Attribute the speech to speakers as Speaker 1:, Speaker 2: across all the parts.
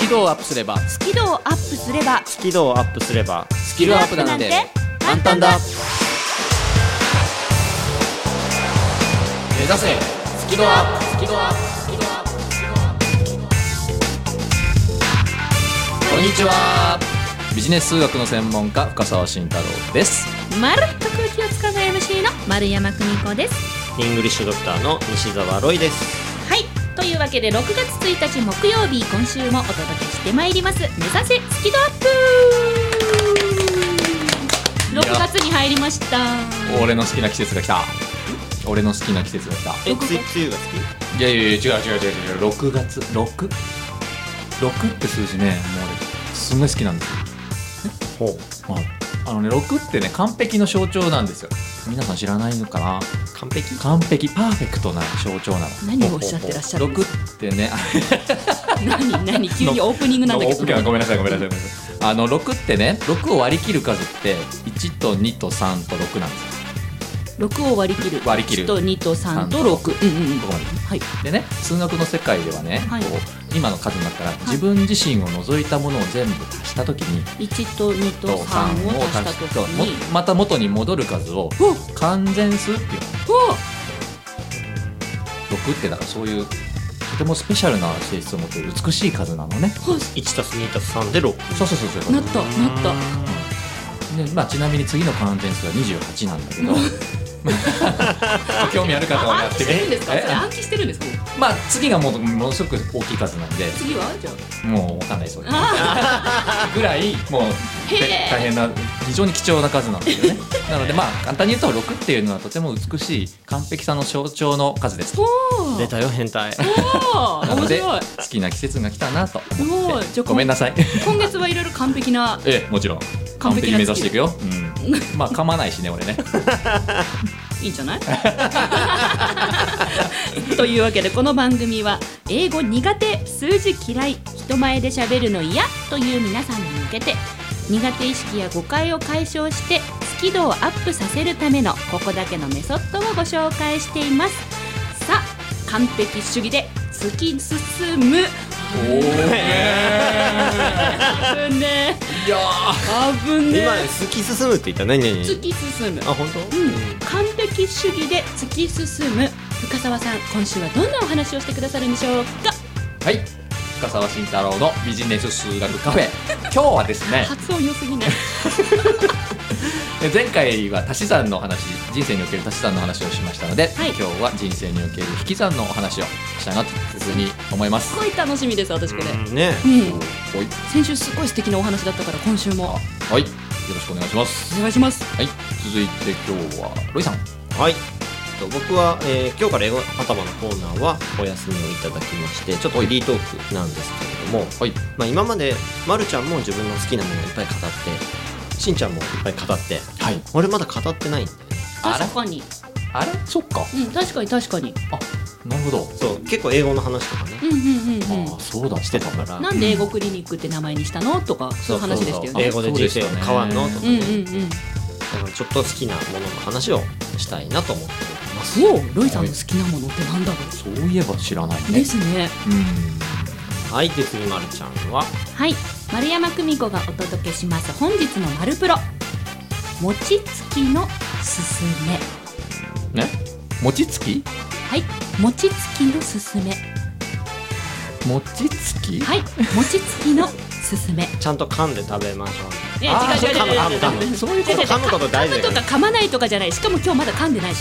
Speaker 1: キ度をアップすれば
Speaker 2: スキルをアップすれば
Speaker 3: スキルをアップすれば
Speaker 1: スキルアップなんて簡単だ目指せスキルアップスキルアップスキルアップスキルアップこんにちはビジネス数学の専門家深澤慎太郎です
Speaker 2: まるっと空気をつかむ MC の丸山久美子です
Speaker 3: イングリッシュドクターの西澤ロイです
Speaker 2: はいというわけで6月1日木曜日今週もお届けしてまいります目指せスキドアップ
Speaker 1: いや
Speaker 2: 6月に入りました
Speaker 1: 俺の好きな季節が来た俺の好きな季節が来た
Speaker 3: え
Speaker 2: どこ
Speaker 3: つ梅雨が好
Speaker 1: いやいやいや違う違う違う違う6月66って数字ねもう俺すんごい好きなんですよ
Speaker 3: きほう
Speaker 1: あのね6ってね完璧の象徴なんですよ皆さん知らないのかな
Speaker 3: 完璧
Speaker 1: 完璧パーフェクトな象徴なの
Speaker 2: 何をおっしゃってらっしゃるんです
Speaker 1: 6ってね
Speaker 2: か何何急にオープニングなんだけど
Speaker 1: オープニングごめんなさいごめんなさいごめんなさいあの6ってね6を割り切る数って1と2と3と6なんですよ
Speaker 2: 6を割り切る
Speaker 1: 割り切る
Speaker 2: 1と2と3と6うんうんうん
Speaker 1: ここまで
Speaker 2: はい
Speaker 1: でね数学の世界ではね、
Speaker 2: はい
Speaker 1: こう今の数になったら自分自身を除いたものを全部足した時に
Speaker 2: 1と2と
Speaker 1: と3
Speaker 2: 3を
Speaker 1: を
Speaker 2: 足した
Speaker 1: 足すと
Speaker 2: 時に
Speaker 1: もまた元に戻る数を
Speaker 2: おお
Speaker 1: 完全数っていうの6ってだからそういうとてもスペシャルな性質を持っている美しい数なのね
Speaker 3: 1たす2たす3で6
Speaker 1: そうそうそうそう
Speaker 2: なったなった
Speaker 1: で、まあ、ちなみに次の完全数は28なんだけ ど興味ある方はや
Speaker 2: 暗
Speaker 1: っ
Speaker 2: 記
Speaker 1: て
Speaker 2: してるん
Speaker 1: み
Speaker 2: ですかそ
Speaker 1: え
Speaker 2: れ暗記してるんですか
Speaker 1: まあ次がもうものすごく大きい数なんで
Speaker 2: 次はじゃあ
Speaker 1: もうわかんない そうです
Speaker 2: あ
Speaker 1: ぐらいもう
Speaker 2: へ
Speaker 1: で
Speaker 2: え
Speaker 1: 大変な非常に貴重な数なんですよねなのでまあ簡単に言うと6っていうのはとても美しい完璧さの象徴の数です
Speaker 2: ー
Speaker 3: 出たよ変態
Speaker 2: おー
Speaker 1: なの
Speaker 2: 面
Speaker 1: で
Speaker 2: 白い
Speaker 1: 好きな季節が来たなと
Speaker 2: も
Speaker 1: 思
Speaker 2: う
Speaker 1: っ
Speaker 2: じゃ
Speaker 1: て
Speaker 2: あ
Speaker 1: ごめんな さい
Speaker 2: 今月はいろいろ完璧な
Speaker 1: ええもちろん完璧目指していくよ、 うん、まあ噛まないしね俺ね
Speaker 2: いいんじゃない というわけでこの番組は英語苦手数字嫌い人前で喋るの嫌という皆さんに向けて苦手意識や誤解を解消してスキ度をアップさせるためのここだけのメソッドをご紹介していますさあ完璧主義で突き進む
Speaker 1: お
Speaker 2: 危ね
Speaker 1: いや
Speaker 2: え危ね
Speaker 3: 今
Speaker 2: え
Speaker 3: 突き進むって言った何何
Speaker 2: 突き進む
Speaker 3: あ本当
Speaker 2: うん、完璧主義で突き進む深澤さん今週はどんなお話をしてくださるんでしょうか
Speaker 1: はい深澤慎太郎のビジネス数学 カフェ今日はですね
Speaker 2: 発音良すぎない
Speaker 1: で前回は足し算のお話人生における足し算の話をしましたので、
Speaker 2: はい
Speaker 1: 今日は人生における引き算のお話をしたいなというふうに思います
Speaker 2: すごい楽しみです私これ、うん
Speaker 3: うんね
Speaker 1: はい
Speaker 2: 先週すごい素敵なお話だったから今週も
Speaker 1: はいよろしくお願いします
Speaker 2: お願いします
Speaker 1: はい続いて今日はロイさん
Speaker 3: はいえっと僕は、えー今日から英語頭のコーナーはお休みをいただきましてちょっとフリートークなんですけれども、
Speaker 1: はい
Speaker 3: まあ、今までまるちゃんも自分の好きなものをいっぱい語ってしんちゃんもいっぱい語って
Speaker 1: はい
Speaker 3: 俺まだ語ってないんだよね
Speaker 1: あら
Speaker 2: 確かに
Speaker 1: あれそっか
Speaker 2: うん確かに確かに
Speaker 1: あなるほど
Speaker 3: そう結構英語の話とかね
Speaker 2: うんうんうん
Speaker 1: ああそうだ
Speaker 3: してたから
Speaker 2: うんなんで英語クリニックって名前にしたのとかそういう話でしたよ
Speaker 1: そう
Speaker 2: ね
Speaker 3: 英語で人生は変わん
Speaker 1: そ
Speaker 3: の
Speaker 1: う
Speaker 3: とか
Speaker 2: うん
Speaker 3: ね
Speaker 2: うんうん
Speaker 3: だからちょっと好きなものの話をしたいなと思っております
Speaker 2: おおロイさんの好きなものってなんだろ
Speaker 1: そういえば知らないうね
Speaker 2: ですね
Speaker 1: うん
Speaker 3: はいで次まるちゃんは
Speaker 2: はい丸山久美子がお届けします本日の「まるプロ」餅つきのすすめ
Speaker 1: ね餅つき
Speaker 2: はい餅つきのすすめ
Speaker 1: 餅つき
Speaker 2: はい餅つきのすす め
Speaker 3: ちゃんと噛んで食べましょう
Speaker 2: え
Speaker 1: あー
Speaker 2: 違う違う違う
Speaker 3: 噛む噛む
Speaker 2: 違う違う
Speaker 1: そういう
Speaker 2: 違う違う
Speaker 3: 噛むこと大事
Speaker 2: 噛む
Speaker 3: だよ
Speaker 2: とか噛まないとかじゃないしかも今日まだ噛んで ないし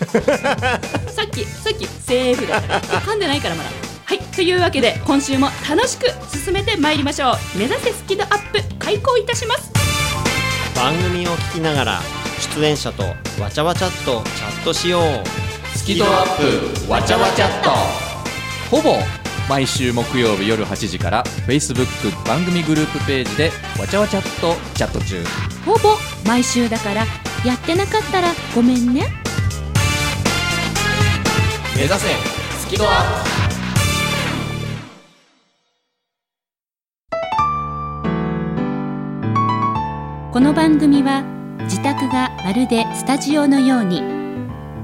Speaker 2: さっきさっきセーフだから噛んでないからまだはいというわけで今週も楽しく進めてまいりましょう目指せスキドアップ開講いたします
Speaker 3: 番組を聞きながら出演者とわちゃわちゃっとチャットしよう
Speaker 1: スキドアップわちゃわちゃっとほぼ毎週木曜日夜8時から Facebook 番組グループページでわちゃわちゃっとチャット中
Speaker 2: ほぼ毎週だからやってなかったらごめんね
Speaker 1: 目指せスキドアップ
Speaker 2: この番組は自宅がまるでスタジオのように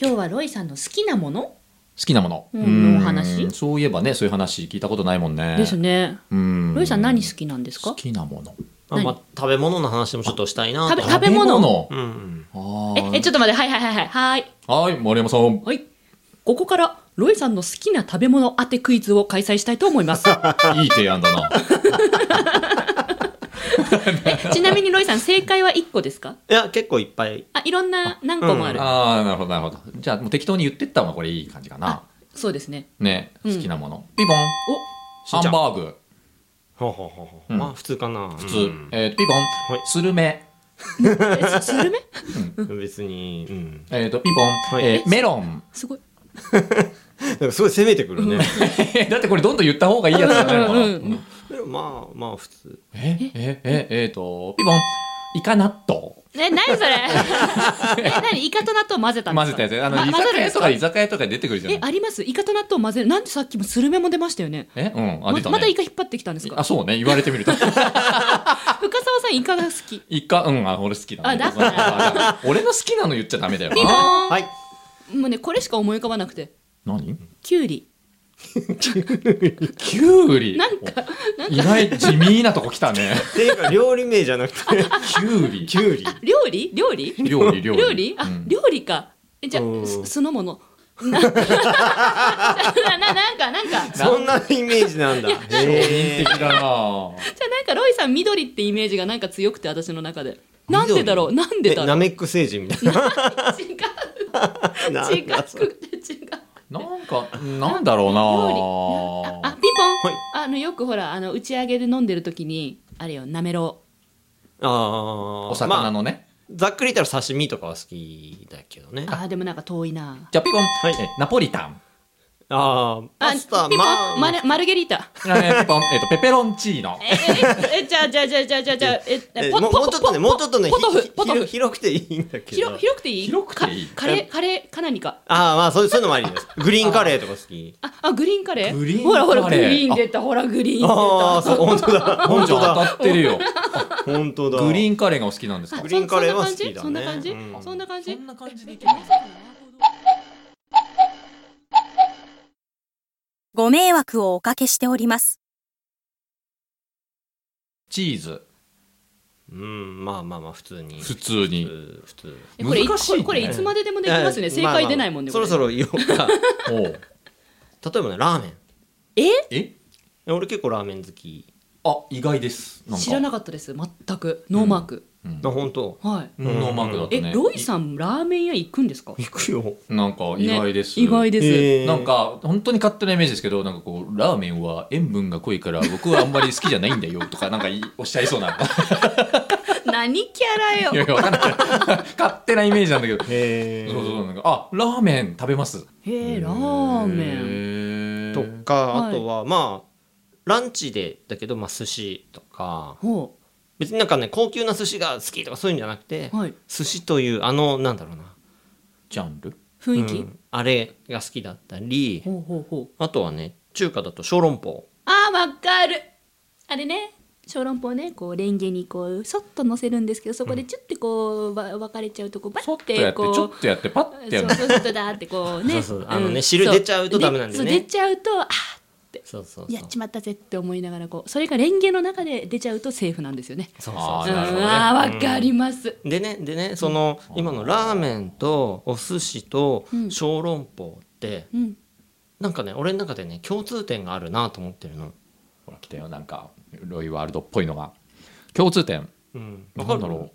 Speaker 2: 今日はロイさんの好きなもの
Speaker 1: 好きなもの、
Speaker 2: う
Speaker 1: うんん
Speaker 2: のお話
Speaker 1: そういえばねそういう話聞いたことないもんね
Speaker 2: ですね
Speaker 1: うん
Speaker 2: ロイさん何好きなんですか
Speaker 1: 好きなもの
Speaker 3: まあ、
Speaker 2: 何
Speaker 3: まあ食べ物の話もちょっとしたいなと
Speaker 2: 食べ食べ物
Speaker 3: うんうん
Speaker 1: あ
Speaker 2: ええちょっと待ってはいはいはいはいはい
Speaker 1: あはい丸山さん
Speaker 2: はいここからロイさんの好きな食べ物当てクイズを開催したいと思います
Speaker 1: いい提案だな
Speaker 2: ちなみにロイさん正解は1個ですか
Speaker 3: いや結構いっぱい
Speaker 2: あいろんな何個もある、あ
Speaker 1: ああなるほどなるほどじゃあもう適当に言ってった方がこれいい感じかな
Speaker 2: そうですね
Speaker 1: ね
Speaker 2: う
Speaker 1: 好
Speaker 2: ん
Speaker 1: きなもの、ピボン
Speaker 3: し
Speaker 1: ハ
Speaker 3: ん
Speaker 1: ン
Speaker 3: ちゃん
Speaker 1: バーグ
Speaker 3: ほうほうほうほう
Speaker 1: うん
Speaker 3: まあ普通かな普
Speaker 1: 普通、えーとピボン、
Speaker 3: い
Speaker 1: スルメ
Speaker 2: おえ スルメ
Speaker 3: 別にうん
Speaker 1: えーとピボン、
Speaker 3: い
Speaker 1: えーメロン
Speaker 2: すごい
Speaker 3: なんかすごい攻めてくるね
Speaker 1: だってこれどんどん言った方がいいやつじゃないのかな、
Speaker 2: うんうんうん
Speaker 3: でもまあまあ普通
Speaker 1: ええええーとピボンイカ納豆
Speaker 2: え何それ え何イカと納豆混ぜたんで
Speaker 1: 混
Speaker 2: す
Speaker 1: ぜ
Speaker 2: か
Speaker 1: たやつあの、
Speaker 2: ま
Speaker 1: 居
Speaker 2: 混
Speaker 1: 酒
Speaker 2: ざるんで
Speaker 1: 屋
Speaker 2: す
Speaker 1: と
Speaker 2: か
Speaker 1: か居酒屋とかで出てくるじゃな
Speaker 2: え
Speaker 1: い
Speaker 2: ありますイカと納豆混ぜるなんでさっきもスルメも出ましたよね
Speaker 1: えうんあ
Speaker 2: ま
Speaker 1: 出た
Speaker 2: またイ
Speaker 1: ね
Speaker 2: カ引っ張ってきたんですか
Speaker 1: あそうね言われてみる と
Speaker 2: 深澤さんイカが好き
Speaker 1: イカうんあ俺好きだ、ね、
Speaker 2: あだから
Speaker 1: 俺の好きなの言っちゃダメだよ
Speaker 2: ピンポ
Speaker 1: な
Speaker 2: ーン、
Speaker 3: はい
Speaker 2: もうねこれしか思い浮かばなくて
Speaker 1: 何
Speaker 2: キュウリ
Speaker 1: キュウリ
Speaker 2: なんか
Speaker 1: 意外地味なとこ来たね
Speaker 3: っていうか料理名じゃなくて
Speaker 1: キュウリ
Speaker 3: きゅうり
Speaker 2: 料理料理
Speaker 1: 料理料理
Speaker 2: 料理あ、
Speaker 1: うん
Speaker 2: 料理かえじゃ
Speaker 3: う
Speaker 2: あ
Speaker 3: ん
Speaker 2: す酢の 物ななななんかなんかじゃ
Speaker 3: そんなイメージなんだへえ
Speaker 1: 素敵だな
Speaker 2: あなんかロイさん緑ってイメージがなんか強くて私の中でなんでだろうなんでだろ
Speaker 3: ナ
Speaker 2: う
Speaker 3: メック星人みたいな
Speaker 2: 違う
Speaker 3: な
Speaker 2: 違
Speaker 3: んだ
Speaker 2: う違う
Speaker 1: なんかなんだろうな
Speaker 2: 料理ああピンポン、
Speaker 3: はい
Speaker 2: あのよくほらあの打ち上げで飲んでる時にあれよなめろ
Speaker 3: ああ
Speaker 1: お魚
Speaker 3: まあ
Speaker 1: のね、
Speaker 3: ざっくり言ったら刺身とかは好きだけどね
Speaker 2: うあーでもなんか遠いな
Speaker 1: じゃあピボン、
Speaker 3: い
Speaker 1: えナポリタン
Speaker 3: ああ
Speaker 2: あ
Speaker 3: パスタ
Speaker 2: ピンポン
Speaker 3: まあ
Speaker 2: マルマルゲリータ
Speaker 1: えーピボン、えっとペペロンチーノ
Speaker 2: えええじゃあじゃあじゃあじゃあじゃあじゃあえ
Speaker 3: え
Speaker 2: ポ
Speaker 3: もう
Speaker 2: ポ
Speaker 3: もうちょっとね
Speaker 2: ポ
Speaker 3: もうちょっとね
Speaker 2: ポト
Speaker 3: ひ
Speaker 2: フ
Speaker 3: ひ
Speaker 2: ポトフ
Speaker 3: 広広くていいんだけど
Speaker 2: 広広くていい
Speaker 1: 広くていい
Speaker 2: かカレーカレーか何か
Speaker 3: ああまあそういうそういうのもありですグリーンカレーとか好き
Speaker 2: ああグリーンカレー
Speaker 1: グリーン
Speaker 2: ほらほら
Speaker 1: カ
Speaker 2: グ
Speaker 1: レー
Speaker 2: リーン出たほらグリーン出
Speaker 3: あ
Speaker 2: た
Speaker 3: あそう本当だ
Speaker 1: 本当
Speaker 3: 本
Speaker 1: 当
Speaker 3: 当だ
Speaker 1: たってるよ
Speaker 3: 本当だ
Speaker 1: グリーンカレーがお好きなんですか
Speaker 3: グリーンカレーは好きだね
Speaker 2: そんな感じ
Speaker 3: うん
Speaker 2: そんな感じそんな感
Speaker 1: な感じ
Speaker 2: じ
Speaker 1: で
Speaker 4: ご迷惑をおかけしております。
Speaker 1: チーズ
Speaker 3: うんまあまあまあ普通に
Speaker 1: 普通
Speaker 3: 普
Speaker 1: に
Speaker 3: 通普通
Speaker 2: えこれい
Speaker 1: 難しいね
Speaker 2: これこれいつまででもできますね正解出ないもんね
Speaker 3: そろそ
Speaker 2: ろ
Speaker 3: ろ言おうか例
Speaker 1: おう
Speaker 3: えばねラーメン
Speaker 2: え
Speaker 1: え
Speaker 3: 俺結構ラーメン好き
Speaker 1: あ意外ですなんか
Speaker 2: 知らなかったです全くノーマーク
Speaker 3: あ本当
Speaker 2: はい
Speaker 1: うんノーマークだった
Speaker 2: え
Speaker 1: ね
Speaker 2: ロイさんラーメン屋行くんですか
Speaker 3: 行くよ
Speaker 1: なんか意外です、
Speaker 2: ね意外です
Speaker 3: へー
Speaker 1: なんか本当に勝手なイメージですけどなんかこうラーメンは塩分が濃いから僕はあんまり好きじゃないんだよとか なんかいおっしゃいそうな
Speaker 2: 何キャラよ
Speaker 1: いやいやわかんない勝手なイメージなんだけど そう
Speaker 3: へ
Speaker 1: そうそう
Speaker 3: え
Speaker 1: なんかあラーメン食べます
Speaker 2: へえラーメン
Speaker 1: へ
Speaker 3: と
Speaker 1: ー
Speaker 3: か
Speaker 2: はい
Speaker 3: あとはまあランチでだけどまあ寿司とか
Speaker 2: ほ
Speaker 3: 別になんかね高級な寿司が好きとかそういうんじゃなくて
Speaker 2: うはい
Speaker 3: 寿司というあのなんだろうな
Speaker 1: ジャンル
Speaker 2: 雰囲気、
Speaker 3: うんあれが好きだったり
Speaker 2: ほうほうほう
Speaker 3: あとはね中華だと小籠包
Speaker 2: あーわかるあれね小籠包ねこうレンゲにこうそっと乗せるんですけどそこでチュッてこうわ分かれちゃうとこうバ
Speaker 1: そ
Speaker 2: ッ
Speaker 1: っとや
Speaker 2: て
Speaker 1: ってち
Speaker 2: こう
Speaker 1: ょっとやってパッてや
Speaker 2: そう
Speaker 1: る
Speaker 2: そうそうだーってこうね
Speaker 3: そうそうあのね
Speaker 2: うん
Speaker 3: 汁出ちゃうと
Speaker 2: そ
Speaker 3: ダメなんだよね
Speaker 2: そう出ちゃうとあーって
Speaker 3: そうそうそう
Speaker 2: やっちまったぜって思いながらこうそれがレンゲの中で出ちゃうとセーフなんですよね。
Speaker 3: そう
Speaker 1: あー
Speaker 3: そうそう
Speaker 1: なるほどね
Speaker 2: うんあーわかります。
Speaker 3: でねでねその今のラーメンとお寿司と
Speaker 2: うん
Speaker 3: 小籠包って
Speaker 2: うん、
Speaker 3: なんかね俺の中でね共通点があるなと思ってるの。
Speaker 1: ほら来たよなんかロイワールドっぽいのが共通点
Speaker 3: うん、
Speaker 1: な
Speaker 3: わ
Speaker 1: んだ
Speaker 3: かるだ
Speaker 1: ろ
Speaker 3: ろ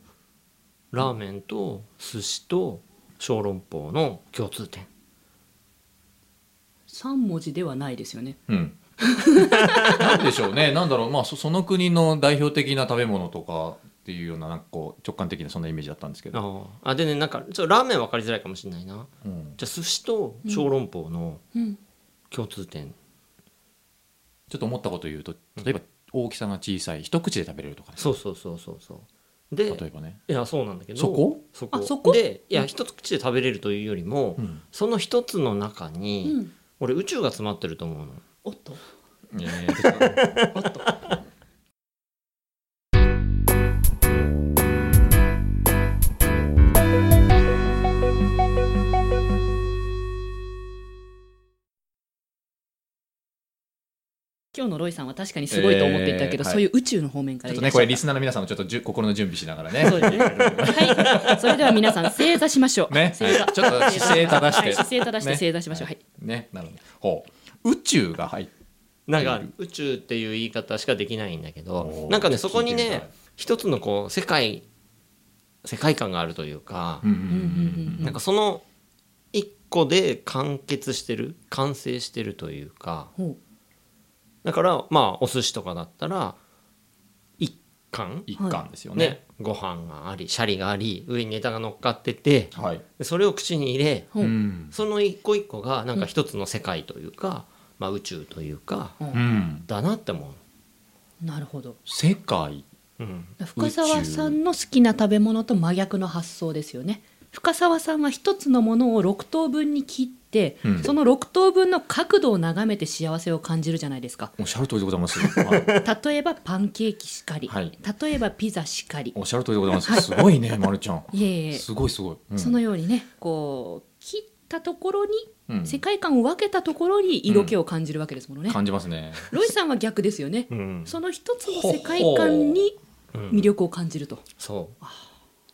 Speaker 3: うラーメンと寿司と小籠包の共通点。
Speaker 2: 三文字ではないですよね。
Speaker 1: う、 うん、なんでしょうねなんだろうまあそその国の代表的な食べ物とかっていうようななんかこう直感的なそんなイメージだったんですけど、
Speaker 3: ああでねなんかちょっとラーメン分かりづらいかもしれないな。
Speaker 1: うん、
Speaker 3: じゃあ寿司と小籠包の
Speaker 2: うん、
Speaker 3: 共通点。
Speaker 1: ちょっと思ったこと言うと例えば大きさが小さい一口で食べれるとかね
Speaker 3: そうそうそうそうそう。で
Speaker 1: 例えばね、
Speaker 3: いやそうなんだけど
Speaker 1: そこ
Speaker 3: そこ
Speaker 2: あそこ
Speaker 3: でいや一口で食べれるというよりも、
Speaker 1: うん
Speaker 3: その一つの中
Speaker 2: う
Speaker 3: に、
Speaker 2: ん、
Speaker 3: 俺宇宙が詰まってると思うの
Speaker 2: おっと、
Speaker 1: え ー
Speaker 2: おっと。今日のロイさんは確かにすごいと思っていたけ
Speaker 1: え
Speaker 2: ど、
Speaker 1: ーはい
Speaker 2: そういう宇宙の方面か
Speaker 1: ち
Speaker 2: ら
Speaker 1: ょっ
Speaker 2: い
Speaker 1: とねこれ
Speaker 2: らっしゃった
Speaker 1: リスナーの皆さんもちょっとじゅ心の準備しながらね
Speaker 2: そうですね。 はい。それでは皆さん正座しましょう。
Speaker 1: ね
Speaker 2: 正座。
Speaker 1: ちょっと姿勢正して
Speaker 2: はい姿勢正して
Speaker 1: ね
Speaker 2: 正座しましょう。はい。
Speaker 1: ねなるほどほう宇宙が入って
Speaker 3: なんか宇宙っていう言い方しかできないんだけ
Speaker 1: お
Speaker 3: ど
Speaker 1: ー
Speaker 3: なんかねそこに
Speaker 1: 聞いてみた
Speaker 3: ね
Speaker 1: い
Speaker 3: 一つのこう世界世界観があるというか、
Speaker 1: うんうん
Speaker 2: うんうんう
Speaker 3: なん
Speaker 2: ん
Speaker 3: かその一個で完結してる完成してるというか
Speaker 2: ほ
Speaker 3: だからまあお寿司とかだったら一貫
Speaker 1: 一貫ですよね
Speaker 3: ねご飯がありシャリがあり上にネタが乗っかってて
Speaker 1: はい、
Speaker 3: でそれを口に入れ
Speaker 2: う。ほう。
Speaker 3: その一個一個がなんか一つの世界というか、まあ、宇宙というか
Speaker 1: うん、
Speaker 3: だなって思
Speaker 2: なるほど。
Speaker 1: 世界
Speaker 3: う、うん、
Speaker 2: 深澤さんの好きな食べ物と真逆の発想ですよね。深澤さんは一つのものを6等分に切って、
Speaker 1: うん
Speaker 2: その6等分の角度を眺めて幸せを感じるじゃないですか
Speaker 1: おっしゃる通りでござい ます、はい
Speaker 2: 例えばパンケーキしかり、
Speaker 1: はい
Speaker 2: 例えばピザしかり
Speaker 1: おっしゃる通りでございますすごいねまるちゃん
Speaker 2: いえいえ
Speaker 1: すごいすごい、うん
Speaker 2: そのようにねこう切ったところに
Speaker 1: うん
Speaker 2: 世界観を分けたところに色気を感じるわけですものね、
Speaker 1: 感じますね
Speaker 2: ロイさんは逆ですよね、
Speaker 3: うん、
Speaker 2: その一つの世界観に魅力を感じると、
Speaker 3: そう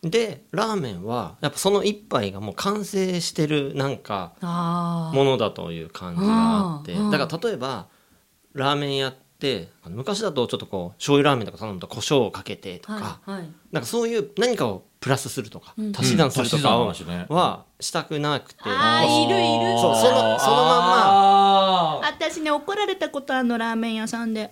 Speaker 3: でラーメンはやっぱその一杯がもう完成してるなんか
Speaker 2: ああ
Speaker 3: ものだという感じがあって
Speaker 2: あーあー
Speaker 3: だから例えばラーメン屋って昔だとちょっとこう醤油ラーメンとか頼むと胡椒をかけてとか、
Speaker 2: はいはい
Speaker 3: なんかそういう何かをプラスするとか、
Speaker 2: うん
Speaker 3: 足し算するとか
Speaker 1: うん
Speaker 3: を
Speaker 1: 足し算の話ね
Speaker 3: はしたくなくて、
Speaker 2: あーいるいる
Speaker 3: そうそのそのまん
Speaker 1: ま
Speaker 2: 私ね怒られたことあるのラーメン屋さんで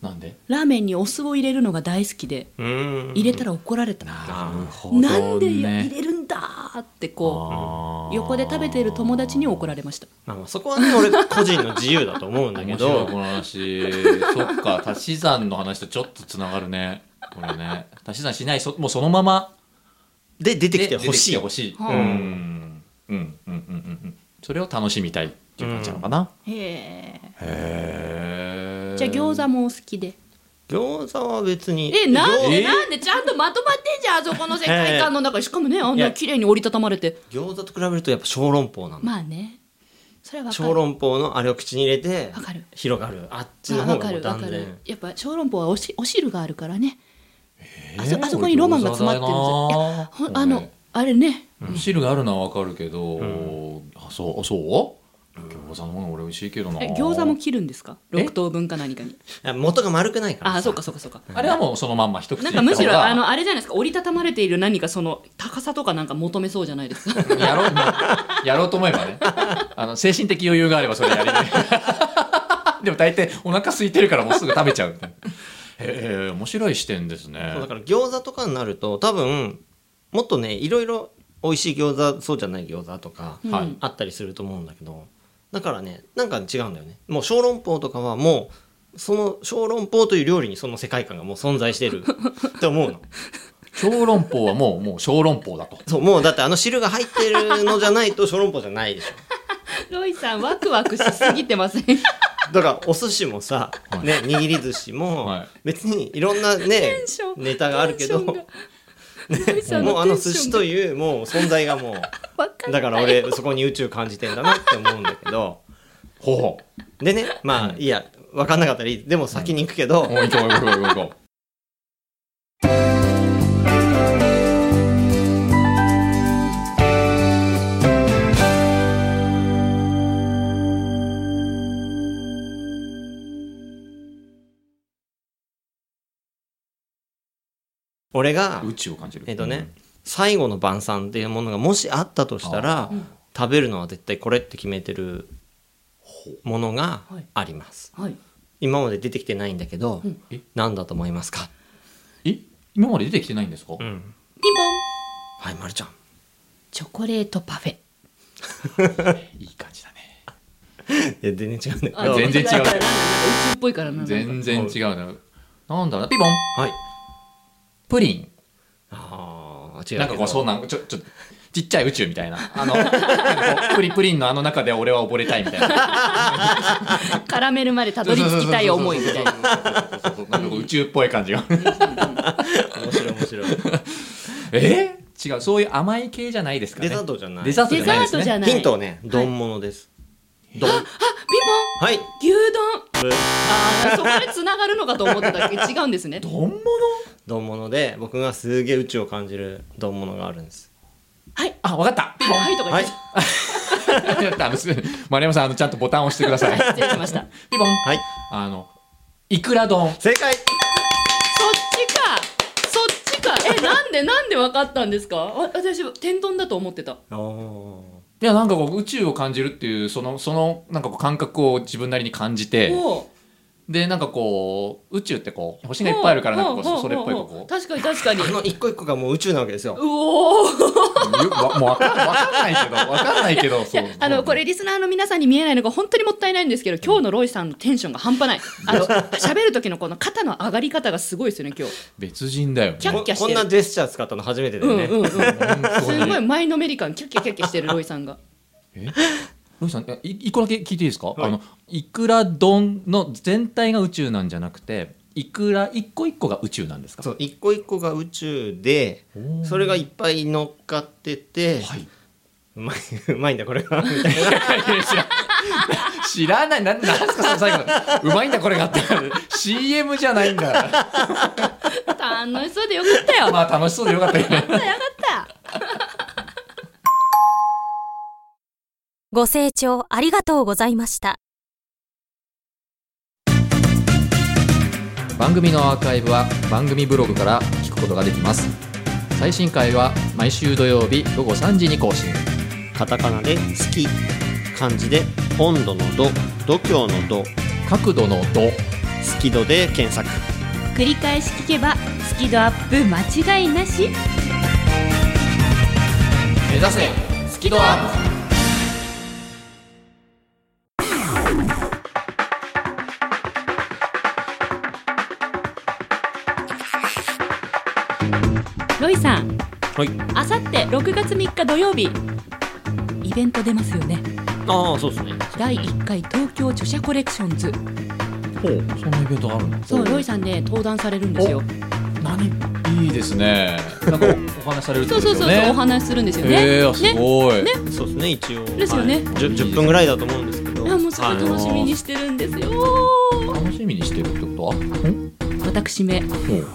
Speaker 1: なんで
Speaker 2: ラーメンにお酢を入れるのが大好きで
Speaker 3: うん
Speaker 2: 入れたら怒られた、
Speaker 1: なるほど、ね、
Speaker 2: なんで入れるんだーってこ
Speaker 1: あー
Speaker 2: う横で食べている友達に怒られました
Speaker 3: まあまあそこはね俺個人の自由だと思うんだけ
Speaker 1: 面白いこ
Speaker 3: ど
Speaker 1: の話そっか足し算の話とちょっとつながるねこれね足し算しないそもうそのまま
Speaker 3: で出て
Speaker 1: で
Speaker 3: きてほしい
Speaker 1: 出てきてほしい、
Speaker 2: はあ
Speaker 1: うんうんうんうんうんうんそれを楽しみたいっていう感じなのかな、
Speaker 2: へ
Speaker 1: へえ
Speaker 2: えじゃあ餃子もお好きで
Speaker 3: 餃子は別に
Speaker 2: えなんで
Speaker 1: え
Speaker 2: なんでちゃんとまとまってんじゃんあそこの世界観の中しかもねあん
Speaker 3: い
Speaker 2: な
Speaker 3: や
Speaker 2: 綺麗に折りたたまれて
Speaker 3: 餃子と比べるとやっぱ小籠包なんだ、
Speaker 2: まあねそれはわか
Speaker 3: 小
Speaker 2: る
Speaker 3: 籠包のあれを口に入れて
Speaker 2: わかる
Speaker 3: 広がるあっち
Speaker 2: ま
Speaker 3: の
Speaker 2: あ
Speaker 3: 方
Speaker 2: わ
Speaker 3: が
Speaker 2: か
Speaker 3: もう
Speaker 2: るわ
Speaker 3: 断
Speaker 2: かる
Speaker 3: 然
Speaker 2: やっぱ小籠包はおしお汁があるからね
Speaker 1: ー
Speaker 2: あそあそこにロマンが詰まってるんですよいやほんあのあれね
Speaker 1: 汁があるのはわかるけど、あそうあそう餃子の方が俺美味しいけどな
Speaker 2: え餃子も切るんですか6等分か何かに
Speaker 3: いや元が丸くないから
Speaker 2: あ
Speaker 3: さ
Speaker 2: あそうかそうかそうか
Speaker 1: あれはもうそのまんま一口
Speaker 2: なんかむしろあ
Speaker 1: あの
Speaker 2: のあれじゃないですか折りたたまれている何かその高さとかなんか求めそうじゃない ですか
Speaker 1: やろうやろうと 思えばねあの精神的余裕があればそれやりね でも大体お腹空いてるからもうすぐ食べちゃうみたいなへえ面白い視点ですね
Speaker 3: そうだから餃子とかになると多分もっとねいろいろ美味しい餃子そうじゃない餃子とか、
Speaker 2: うん
Speaker 3: あったりすると思うんだけどだからねなんか違うんだよねもう小籠包とかはもうその小籠包という料理にその世界観がもう存在 してるって思うの
Speaker 1: 小籠包はもうもう小籠包だと
Speaker 3: そうもうだってあの汁が入ってるのじゃないと小籠包じゃないでしょ
Speaker 2: ロイさんワクワクしすぎてません
Speaker 3: だからお寿司もさ、ね、握り寿司も、
Speaker 1: はい
Speaker 3: 別にいろんなね
Speaker 2: ンション
Speaker 3: ネタがあるけども
Speaker 2: ロイさん
Speaker 3: う
Speaker 2: の
Speaker 3: あ
Speaker 2: テ
Speaker 3: の
Speaker 2: ン
Speaker 3: 寿
Speaker 2: ショ
Speaker 3: 司
Speaker 2: ンが
Speaker 3: というもう存在がもう
Speaker 2: わかんない
Speaker 3: だから俺そこに宇宙感じてんだなって思うんだけど
Speaker 1: ほ
Speaker 3: でねまあいいや分かんなかったらいいでも先に行くけど、
Speaker 1: う。もう行こう行こう行こう行こ
Speaker 3: 俺が
Speaker 1: う。宇宙を感じる。
Speaker 3: えっとね最後の晩餐っていうものがもしあったとしたら、
Speaker 2: うん
Speaker 3: 食べるのは絶対これって決めてるものがあります、
Speaker 2: はい。
Speaker 3: 今まで出てきてないんだけど、
Speaker 2: うん
Speaker 1: え
Speaker 3: 何だと思いますか、
Speaker 1: うん。え今まで出てきてないんですか、
Speaker 3: うん、
Speaker 2: ピンポン。
Speaker 3: はいまるちゃん
Speaker 2: チョコレートパフェ。
Speaker 1: いい感じだね。
Speaker 3: いや全然違うんだけ
Speaker 1: あ
Speaker 3: ど
Speaker 1: 全然違う
Speaker 2: 宇宙っぽいからな。
Speaker 1: 全然違うな。なんだろうなピボン
Speaker 3: はい
Speaker 1: プリン
Speaker 3: あー違うけど
Speaker 1: なんかこうそうなんちょちょちっちゃい宇宙みたいなあのなんかこうプリプリンのあの中で俺は溺れたいみたいな
Speaker 2: カラメルまでたどり着きたい思いみたいな。
Speaker 1: そうそうなんかこう宇宙っぽい感じが
Speaker 3: 面白い面白い
Speaker 1: えー違うそういう甘い系じゃないですかね
Speaker 3: デザートじゃない
Speaker 1: デザートじ
Speaker 2: デ
Speaker 1: ゃ
Speaker 2: ザ
Speaker 1: ないで
Speaker 2: ー
Speaker 1: す
Speaker 2: トじゃ
Speaker 1: ね
Speaker 2: ない。
Speaker 3: ヒントはね丼物です、
Speaker 1: どう
Speaker 2: あ、ピンポン。
Speaker 3: はい
Speaker 2: 牛丼。ああ、そこで繋がるのかと思ってたけど違うんですね。
Speaker 1: 丼物
Speaker 3: 丼物で僕がすげえ宇宙を感じる丼物があるんです
Speaker 2: はい。
Speaker 1: あわかったピボン
Speaker 2: はいとか
Speaker 3: は
Speaker 2: 言
Speaker 3: い
Speaker 2: って。
Speaker 1: あのす 丸山さんあのちゃんとボタンを押してください
Speaker 2: 失礼しました。
Speaker 1: ピボン
Speaker 3: はい
Speaker 1: あのいくら丼
Speaker 3: 正解
Speaker 2: そっちか。そっちか。え、なんでなんでわかったんですか。わ私天丼だと思ってた。
Speaker 3: お
Speaker 1: いやなんかこう宇宙を感じるっていうそのそのなんかこう感覚を自分なりに感じて
Speaker 2: おう
Speaker 1: でなんかこう宇宙ってこう星がいっぱいあるからなんかこう
Speaker 2: おうおうおうお
Speaker 1: そうそれっぽいこう
Speaker 2: 確かに確かに。
Speaker 3: あの一個一個がもう宇宙なわけですよ
Speaker 2: うおー
Speaker 1: ゆわもうわかんわかんないけどわかんないけど
Speaker 2: い
Speaker 1: そ
Speaker 2: や
Speaker 1: う
Speaker 2: あのこれリスナーの皆さんに見えないのが本当にもったいないんですけど今日のロイさんのテンションが半端ないあの喋る時のこの肩の上がり方がすごいですよね今日
Speaker 1: 別人だよね
Speaker 2: キャッキャし
Speaker 3: こ
Speaker 2: て
Speaker 3: ん
Speaker 2: る
Speaker 3: なジェスチャー使ったの初めてだ
Speaker 2: う
Speaker 3: よ
Speaker 2: ん
Speaker 3: ね、
Speaker 2: うんうん
Speaker 1: 本当
Speaker 2: す
Speaker 1: に
Speaker 2: ごい前のめり感キャッキャキャッキャしてるロイさんが
Speaker 1: ロイさんえい一個だけ聞いていいですか、
Speaker 3: はい
Speaker 1: あのいくら丼の全体が宇宙なんじゃなくていくら一個一個が宇宙なんですか
Speaker 3: そう一個一個が宇宙でそれがいっぱい乗っかってて、
Speaker 1: はいう
Speaker 3: まいうまいんだこれ がみたいな
Speaker 1: 知ら知らないななんですかその最後のうまいんだこれがって CM じゃないんだ
Speaker 2: 楽しそうでよかったよよか
Speaker 1: まあ楽しそうでよかったよね
Speaker 2: ったよかった
Speaker 4: ご清聴ありがとうございました。
Speaker 1: 番組のアーカイブは番組ブログから聞くことができます最新回は毎週土曜日午後3時に更新
Speaker 3: カタカナで「好き」漢字で「温度の度」「度胸の度」
Speaker 1: 角度の度
Speaker 3: 「好き度」で検索
Speaker 2: 繰り返し聞けばスキドアップ間違いなし
Speaker 1: 目指せスキドアップ
Speaker 2: ロイさん
Speaker 3: はい
Speaker 2: あさって6月3日土曜日イベント出ますよね
Speaker 3: ああそうですね
Speaker 2: 第1回東京著者コレクションズ
Speaker 1: ほうそんなイベントがあるの
Speaker 2: そうロイさんね登壇されるんですよ
Speaker 1: 何いいですねなんかおお話しされるってこと
Speaker 2: そうそ
Speaker 1: です
Speaker 2: うそ
Speaker 1: よ
Speaker 2: う
Speaker 1: ね
Speaker 2: そうお話しするんですよね
Speaker 1: えー、す
Speaker 2: ね
Speaker 1: ごい、
Speaker 2: ね
Speaker 3: そうですね一応
Speaker 2: ですよね
Speaker 3: はい、10, 10分ぐらいだと思うんですけど
Speaker 2: あもうすごい
Speaker 3: は
Speaker 2: 楽しみにしてるんですよ
Speaker 1: 楽しみにしてるってことはん
Speaker 2: 私め
Speaker 1: ほう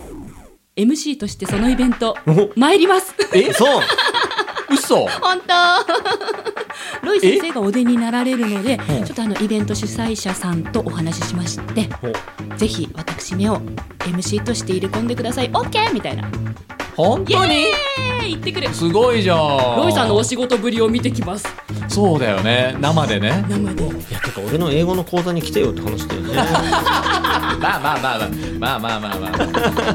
Speaker 2: MC としてそのイベント参ります
Speaker 3: えそう
Speaker 1: 嘘
Speaker 2: 本当 ロイ先生がお出になられるのでち
Speaker 1: うん
Speaker 2: ょっとあのイベント主催者さんとお話ししましてぜひ私めを MC として入れ込んでください OK みたいな
Speaker 1: 本
Speaker 2: イエ
Speaker 1: 当に
Speaker 2: ーイ行ってくる
Speaker 1: すごいじゃん
Speaker 2: ロイさんのお仕事ぶりを見てきます
Speaker 1: そうだよね生でね
Speaker 2: 生で
Speaker 3: いやてか俺の英語の講座に来てよって話だよね
Speaker 1: まあまあまあまあまあまあまあまあ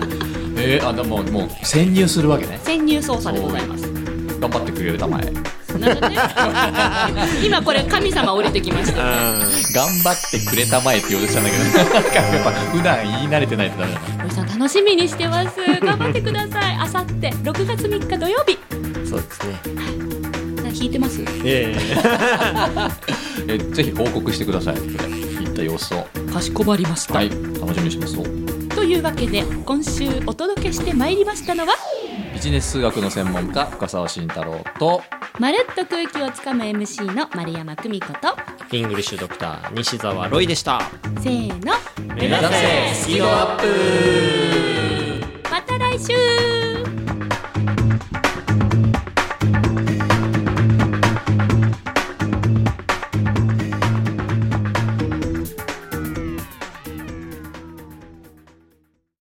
Speaker 1: えー、あでももう潜入するわけね
Speaker 2: 潜入捜査でございます
Speaker 1: 頑張ってくれるたまえ
Speaker 2: なんかね 今これ神様降りてきました
Speaker 1: 頑張ってくれたまえって言おうとしたんだけどなんかやっぱ普段言い慣れてないとダメだな
Speaker 2: ロイさん楽しみにしてます 頑張ってくださいあさって6月3日土曜日
Speaker 3: そうですね
Speaker 2: な弾いてます
Speaker 3: ええ
Speaker 1: えぜひ報告してください行った様子を
Speaker 2: かしこまりました
Speaker 1: はい楽しみにしてますと
Speaker 2: というわけで今週お届けしてまいりましたのは
Speaker 1: ビジネス数学の専門家深澤慎太郎と
Speaker 2: まるっと空気をつかむ MC の丸山久美子と
Speaker 3: イングリッシュドクター西澤ロイでした
Speaker 2: せーの
Speaker 3: 目指せスキドアップ
Speaker 2: また来週